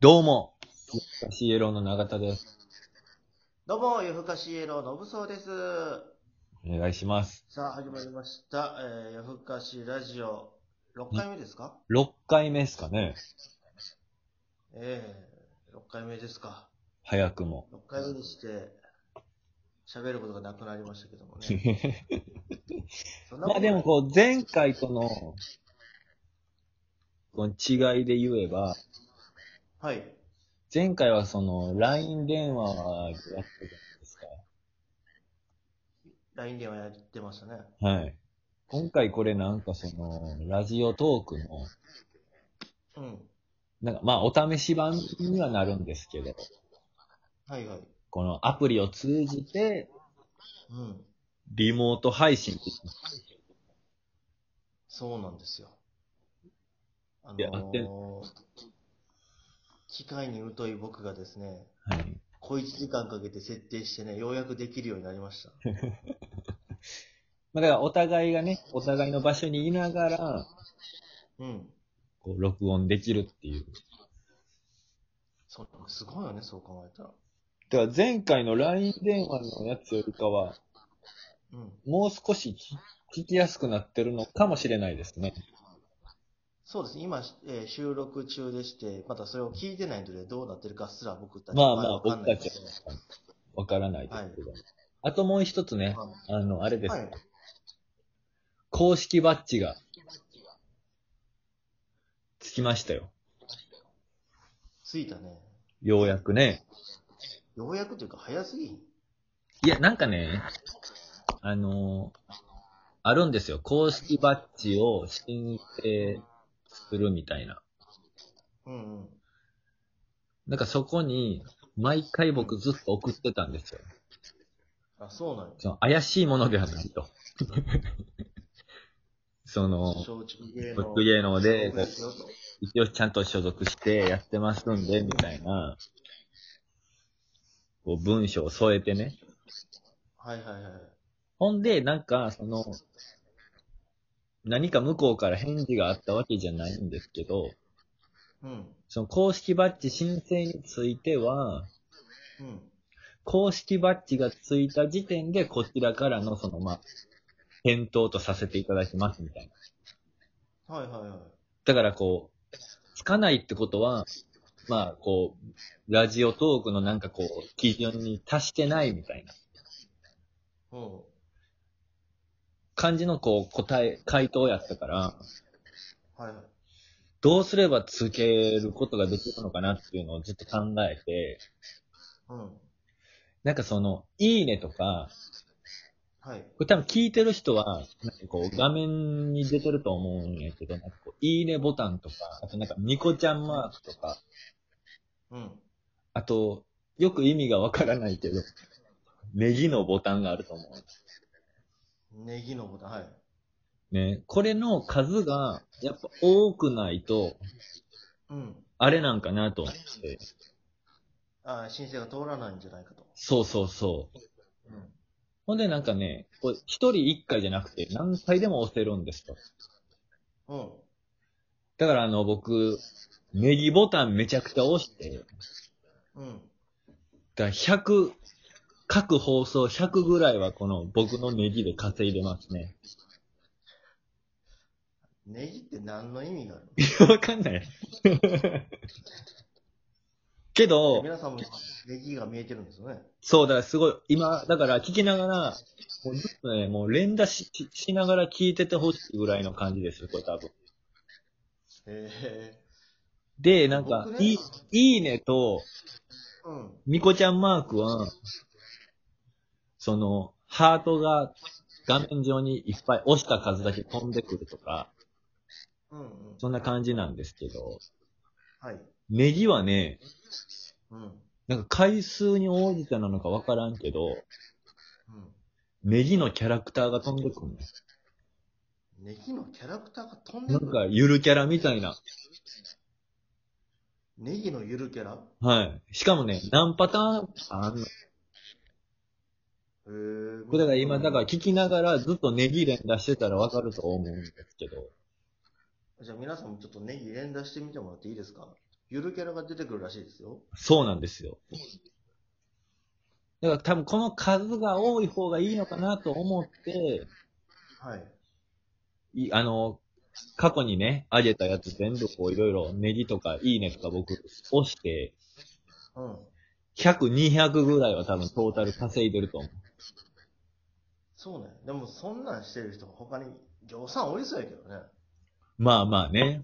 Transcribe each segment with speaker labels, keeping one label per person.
Speaker 1: どうも。
Speaker 2: シイエローの永田です。
Speaker 3: どうも、夜更かしイエローのぶそうです。
Speaker 2: お願いします。
Speaker 3: さあ、始まりました。えー、夜更かしラジオ、6回目ですか
Speaker 2: 6回目ですかね
Speaker 3: ええー、6回目ですか。
Speaker 2: 早く も。
Speaker 3: 6回目にして、喋ることがなくなりましたけどもね。そんな
Speaker 2: ま
Speaker 3: こ
Speaker 2: あ
Speaker 3: と
Speaker 2: でもこう、前回との、この違いで言えば、
Speaker 3: はい。
Speaker 2: 前回はその、LINE 電話でやってたじゃないですか。
Speaker 3: LINE 電話やってましたね。
Speaker 2: はい。今回これなんかその、ラジオトークの、
Speaker 3: うん。
Speaker 2: なんかまあお試し版にはなるんですけど、
Speaker 3: はいはい。
Speaker 2: このアプリを通じて、
Speaker 3: うん。
Speaker 2: リモート配信って
Speaker 3: そうなんですよ。あの
Speaker 2: いや合ってん
Speaker 3: ー、機械に疎い僕がですね、
Speaker 2: はい。
Speaker 3: 小1時間かけて設定してね、ようやくできるようになりました。
Speaker 2: まあだからお互いがね、お互いの場所にいながら、
Speaker 3: うん。
Speaker 2: こう、録音できるっていう。
Speaker 3: そう、すごいよね、そう考えたら。
Speaker 2: だから前回の LINE 電話のやつよりかは、
Speaker 3: うん。
Speaker 2: もう少し聞聞きやすくなってるのかもしれないですね。
Speaker 3: そうですね、今、えー収録中でして、またそれを聞いてないので、どうなってるかすら僕たち
Speaker 2: まあ
Speaker 3: は
Speaker 2: まあ、
Speaker 3: わかん
Speaker 2: 僕
Speaker 3: ない
Speaker 2: た
Speaker 3: で
Speaker 2: ち
Speaker 3: すね。
Speaker 2: はわからないですけど。あともう一つね、あの、あれです。
Speaker 3: はい。
Speaker 2: 公式バッジが、つきましたよ。
Speaker 3: 着いたね。
Speaker 2: ようやくね。
Speaker 3: ようやくというか、早すぎん。
Speaker 2: いや、なんかね、あのーあるんですよ。公式バッジを申請するみたいな。
Speaker 3: うんうん。
Speaker 2: なんかそこに、毎回僕ずっと送ってたんですよ。
Speaker 3: あ、そうなん
Speaker 2: その怪しいものではないと。その、
Speaker 3: よ。松竹芸能。
Speaker 2: 僕芸能で
Speaker 3: そうですよと
Speaker 2: 一応ちゃんと所属してやってますんで、みたいな、こう文章を添えてね。
Speaker 3: はいはいはい。
Speaker 2: ほんで、なんか、その、何か向こうから返事があったわけじゃないんですけど、
Speaker 3: うん。
Speaker 2: その公式バッジ申請については、
Speaker 3: うん。
Speaker 2: 公式バッジがついた時点で、こちらからの、その、まあ、返答とさせていただきます、みたいな。
Speaker 3: はいはいはい。
Speaker 2: だから、こう、つかないってことは、まあ、こう、ラジオトークのなんかこう、基準に達してないみたいな
Speaker 3: うん。
Speaker 2: 感じのこう、答え、回答やったから、
Speaker 3: はいはい。
Speaker 2: どうすればつけることができるのかなっていうのをずっと考えて、
Speaker 3: うん。
Speaker 2: なんかその、いいねとか、
Speaker 3: はい。
Speaker 2: これ多分聞いてる人は、なんかこう画面に出てると思うんやけど、なんかこういいねボタンとか、あとなんかニコちゃんマークとか、
Speaker 3: うん。
Speaker 2: あと、よく意味がわからないけど、ネギのボタンがあると思
Speaker 3: ネギのボタン。はい。
Speaker 2: う。ね、これの数がやっぱ多くないと、
Speaker 3: うん。
Speaker 2: あれなんかなと思って。
Speaker 3: あ、申請が通らないんじゃないかと。
Speaker 2: そうそうそう。
Speaker 3: うん。
Speaker 2: ほんでなんかね、こう一人一回じゃなくて何回でも押せるんですと。
Speaker 3: うん。
Speaker 2: だからあの僕、ネギボタンめちゃくちゃ押して、
Speaker 3: うん。
Speaker 2: だから100、各放送100ぐらいはこの僕のネギで稼いでますね。
Speaker 3: ネギって何の意味があるの
Speaker 2: わかんない。 けど、
Speaker 3: 皆さんもネギが見えてるんですよね。
Speaker 2: そうだ、すごい、今、だから聞きながら、もうずっとね、もう連打しししながら聞いててほしいぐらいの感じですよ、これ多分。
Speaker 3: へ
Speaker 2: で、なんか、
Speaker 3: 僕ね
Speaker 2: いい、いいねと、
Speaker 3: え。うん。
Speaker 2: ニコちゃんマークは、その、ハートが画面上にいっぱい押した数だけ飛んでくるとか、
Speaker 3: うんうん。
Speaker 2: そんな感じなんですけど、
Speaker 3: はい。
Speaker 2: ネギはね、
Speaker 3: うん。うん。
Speaker 2: なんか回数に応じてなのかわからんけど、ネギのキャラクターが飛んでくる
Speaker 3: ネギのキャラクターが飛んで
Speaker 2: なん
Speaker 3: く
Speaker 2: か
Speaker 3: る。
Speaker 2: ゆるキャラみたいな。
Speaker 3: ネギのゆるキャラへ
Speaker 2: はい。しかもね、何パターンあんの
Speaker 3: え。
Speaker 2: これだから今、だから聞きながらずっとネギ連打してたらわかると思うんですけど、
Speaker 3: じゃあ皆さんもちょっとネギ連打してみてもらっていいですかゆるキャラが出てくるらしいですよ。
Speaker 2: そうなんですよ。だから多分この数が多い方がいいのかなと思って、
Speaker 3: はい。
Speaker 2: いあの、過去にね、あげたやつ全部こういろいろネギとかいいねとか僕押して、
Speaker 3: うん。
Speaker 2: 100、200ぐらいは多分トータル稼いでると思う。
Speaker 3: そうね。でも、そんなんしてる人、他に、行さんおりそうやけどね。
Speaker 2: まあまあね。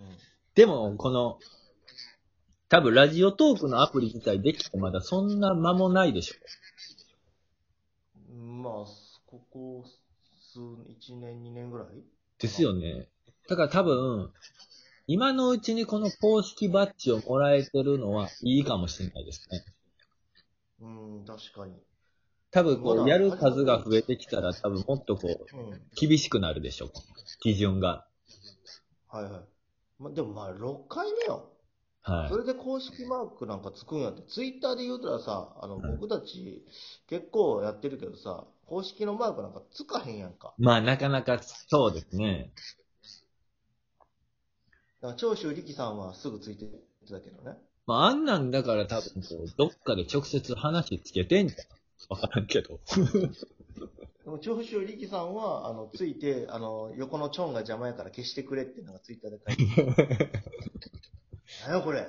Speaker 3: うん。
Speaker 2: でも、この、多分ラジオトークのアプリ自体できてまだそんな間もないでしょ。
Speaker 3: まあ、すここ数、1年、2年ぐらい
Speaker 2: ですよね。だから多分、今のうちにこの公式バッジをもらえてるのはいいかもしれないですね。
Speaker 3: うん、確かに。
Speaker 2: 多分こ
Speaker 3: ま
Speaker 2: う、
Speaker 3: だ
Speaker 2: やる数が増えてきたら多分もっとこう、
Speaker 3: うん。
Speaker 2: 厳しくなるでしょ。基準が。
Speaker 3: はいはい。まあ、でもまあ、6回目よ。
Speaker 2: はい
Speaker 3: そ。れで公式マークなんかつくんやって、ツイッターで言うたらさ、あの、
Speaker 2: はい
Speaker 3: 僕たち結構やってるけどさ、公式のマークなんかつかへんやんか。
Speaker 2: まあなかなかそうですね。
Speaker 3: だから長州力さんはすぐついてたけどね。
Speaker 2: まああんなんだから多分こう、どっかで直接話つけてんじゃん。わからんけど。
Speaker 3: でも長州力さんは、あの、ついて、あの、横のチョンが邪魔やから消してくれってなんかツイッターで書いて た。なんやこれ。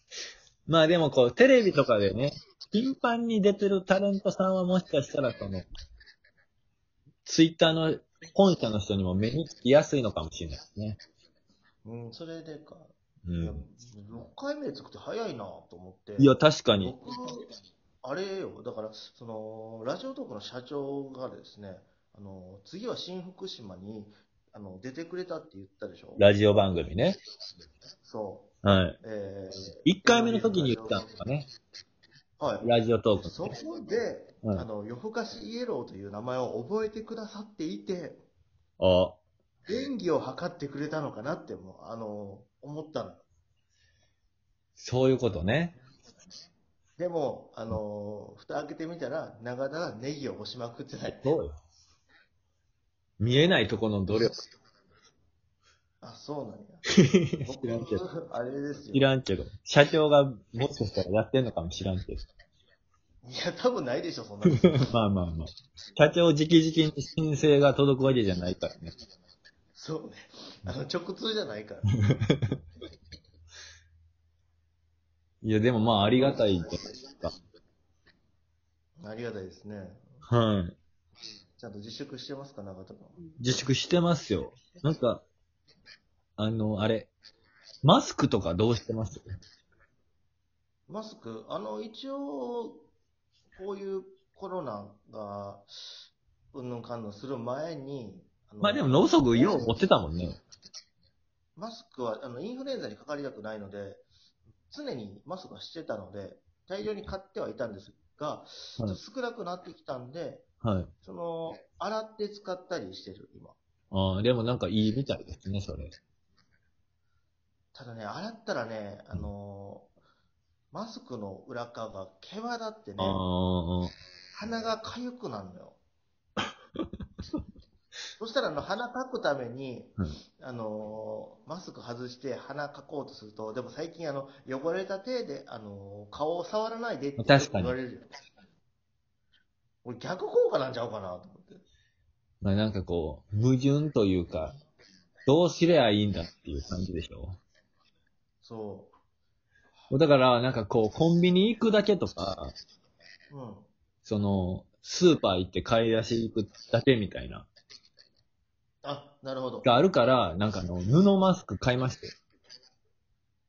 Speaker 2: まあでもこう、テレビとかでね、頻繁に出てるタレントさんはもしかしたらその、ツイッターの本社の人にも目につきやすいのかもしれないですね。
Speaker 3: うん、それでか。
Speaker 2: う
Speaker 3: いや
Speaker 2: ん。
Speaker 3: 6回目でつくって早いなと思って。
Speaker 2: いや、確かに。
Speaker 3: 僕、あれよ、だから、その、ラジオトークの社長がですね、あの、次は新福島に、あの、出てくれたって言ったでしょ
Speaker 2: ラジオ番組ね。
Speaker 3: そ
Speaker 2: は
Speaker 3: う。え
Speaker 2: い。1回目の時に言ったのがね、
Speaker 3: ー、はい。
Speaker 2: ラジオトーク
Speaker 3: そ
Speaker 2: のね。
Speaker 3: こで、
Speaker 2: うん
Speaker 3: あの、夜更かしイエローという名前を覚えてくださっていて、
Speaker 2: あ
Speaker 3: 演技を図ってくれたのかなって、もう、あの、思ったの。
Speaker 2: そういうことね。
Speaker 3: でも、あの、蓋開けてみたら、長田がネギを押しまくってたり。
Speaker 2: そうよ。見えないとこの努力。
Speaker 3: あ、そうなんや。
Speaker 2: 知
Speaker 3: 僕
Speaker 2: らんけど。、
Speaker 3: あれですよ
Speaker 2: 知。らんけど。社長がもしかしたらやってんのかもしらんけど。
Speaker 3: いや、多分ないでしょ、そんなの。
Speaker 2: まあまあまあ。社長直々に申請が届くわけじゃないからね。
Speaker 3: そうね。あの、直通じゃないから。
Speaker 2: いや、でもまあありがたいじゃないですか。
Speaker 3: ありがたいですね。
Speaker 2: はい。
Speaker 3: ちゃんと自粛してますか、長田君。
Speaker 2: 自粛してますよ。なんか、あの、あれ、マスクとかどうしてます
Speaker 3: マスク、あの、一応、こういうコロナが、うんぬんかんぬんする前に、の
Speaker 2: まあでも、脳卒よう持ってたもんね。
Speaker 3: マスクは、あの、インフルエンザにかかりたくないので、常にマスクはしてたので、大量に買ってはいたんですが、ちょっと少なくなってきたんで、
Speaker 2: はい。
Speaker 3: その、洗って使ったりしてる、今。
Speaker 2: ああ、でもなんかいいみたいですね、それ。
Speaker 3: ただね、洗ったらね、あのーマスクの裏側が毛羽立ってね
Speaker 2: あ、あ、
Speaker 3: 鼻が痒くなるのよ。 そしたらあの鼻かくために、
Speaker 2: うん
Speaker 3: あのーマスク外して鼻かこうとすると、でも最近あの汚れた手で、あのー顔を触らないでって
Speaker 2: 確か
Speaker 3: 言
Speaker 2: に
Speaker 3: われるよ。俺逆効果なんちゃうかなと思って。
Speaker 2: まあなんかこう、矛盾というか、どうすりゃいいんだっていう感じでしょ。
Speaker 3: そ
Speaker 2: だから、なんかこう、コンビニ行くだけとか、
Speaker 3: う。うん。
Speaker 2: その、スーパー行って買い出し行くだけみたいな、
Speaker 3: あ、なるほど。
Speaker 2: があるから、なんかあの、布マスク買いましたよ。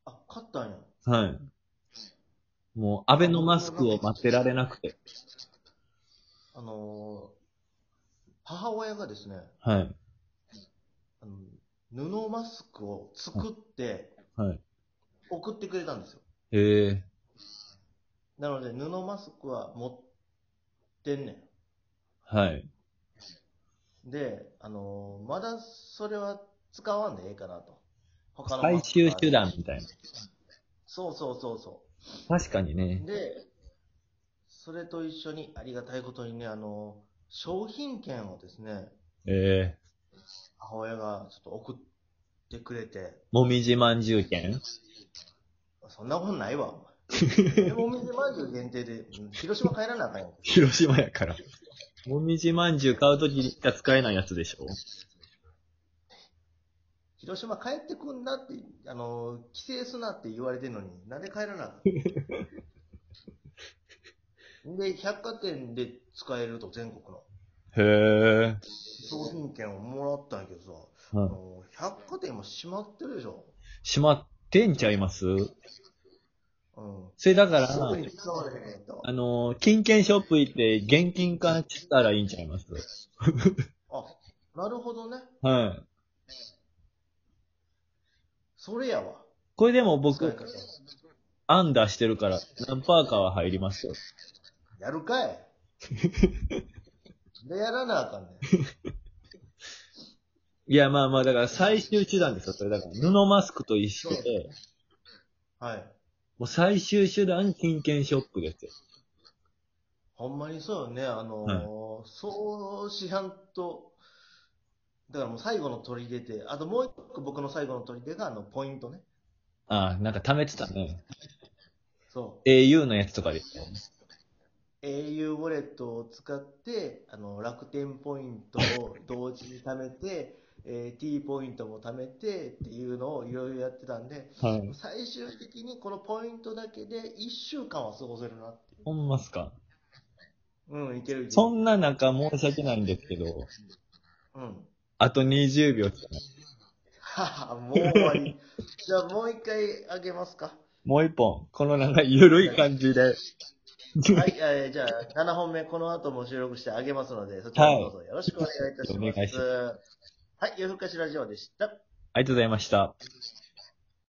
Speaker 3: あ、勝ったんや。
Speaker 2: はい。もう、安倍のマスクを待ってられなくて。
Speaker 3: あのー母親がですね、
Speaker 2: はい。
Speaker 3: あの布マスクを作って
Speaker 2: はい。
Speaker 3: 送ってくれたんですよ。
Speaker 2: へえ。
Speaker 3: なので布マスクは持ってんね
Speaker 2: はい。
Speaker 3: ん。で、あのーまだそれは使わんでええかなと。他のマ
Speaker 2: 最
Speaker 3: スクが
Speaker 2: 終手段みたいな。
Speaker 3: そうそうそうそ
Speaker 2: 確かに
Speaker 3: う。
Speaker 2: ね。
Speaker 3: で、それと一緒にありがたいことにね、あのー商品券をですね、
Speaker 2: ええ。
Speaker 3: 母親がちょっと送ってくれて、
Speaker 2: もみじまんじゅう券
Speaker 3: そんなことないわ、お 前。でもみじまんじゅう限定で、うん広島帰らなあかんやん。
Speaker 2: 広島やから。もみじまんじゅう買うときにしか使えないやつでしょ
Speaker 3: 広島帰ってくんなって、あの、帰省すなって言われてるのに、なんで帰らなあか んで、百貨店で使えると全国の。
Speaker 2: へ
Speaker 3: 商品券をもらったんやけどさ、
Speaker 2: え。
Speaker 3: あ
Speaker 2: うん。
Speaker 3: の百貨店も閉まってるでしょ。
Speaker 2: しまってんちゃいます
Speaker 3: うん。
Speaker 2: それだか
Speaker 3: すぐ
Speaker 2: ら、
Speaker 3: に使われへんと。
Speaker 2: あの、金券ショップ行って現金化したらいいんちゃいます
Speaker 3: あ、なるほどね。
Speaker 2: はい。
Speaker 3: それやわ。
Speaker 2: これでも
Speaker 3: 使い
Speaker 2: 僕、
Speaker 3: 方
Speaker 2: アンダーしてるから何パーかは入りますよ。
Speaker 3: やる かいで、やらなあかんねん。
Speaker 2: いや、まあまあ、だから最終手段ですよ。それだから、布マスクと一緒で、
Speaker 3: はい。
Speaker 2: もう最終手段金券ショップですよ。
Speaker 3: ほんまにそうよね。あのーそうしはんと、だからもう最後の取り出て、あともう一個僕の最後の取り出が、あの、ポイントね。
Speaker 2: ああ、なんか貯めてたね。
Speaker 3: そう。
Speaker 2: au のやつとかですよ。
Speaker 3: au ウォレットを使って、あの、楽天ポイント を同時に貯めて、えー T ポイントも貯めてっていうのをいろいろやってたんで、
Speaker 2: はい。
Speaker 3: 最終的にこのポイントだけで1週間は過ごせるなっていう。
Speaker 2: ほんますか。
Speaker 3: うん、いけるいける。
Speaker 2: そんな中申し訳ないんですけど、
Speaker 3: うん。
Speaker 2: あと20秒しかない。
Speaker 3: はは、もう終わ り。じゃあもう一回あげますか。
Speaker 2: もう一本。このなんか緩い感じで。
Speaker 3: はい、えーじゃあ、7本目、この後も収録してあげますので、そちらもどうぞよろしくお願いいたします。
Speaker 2: お願いし
Speaker 3: はい、夜更かしラジオでした。
Speaker 2: ありがとうございました。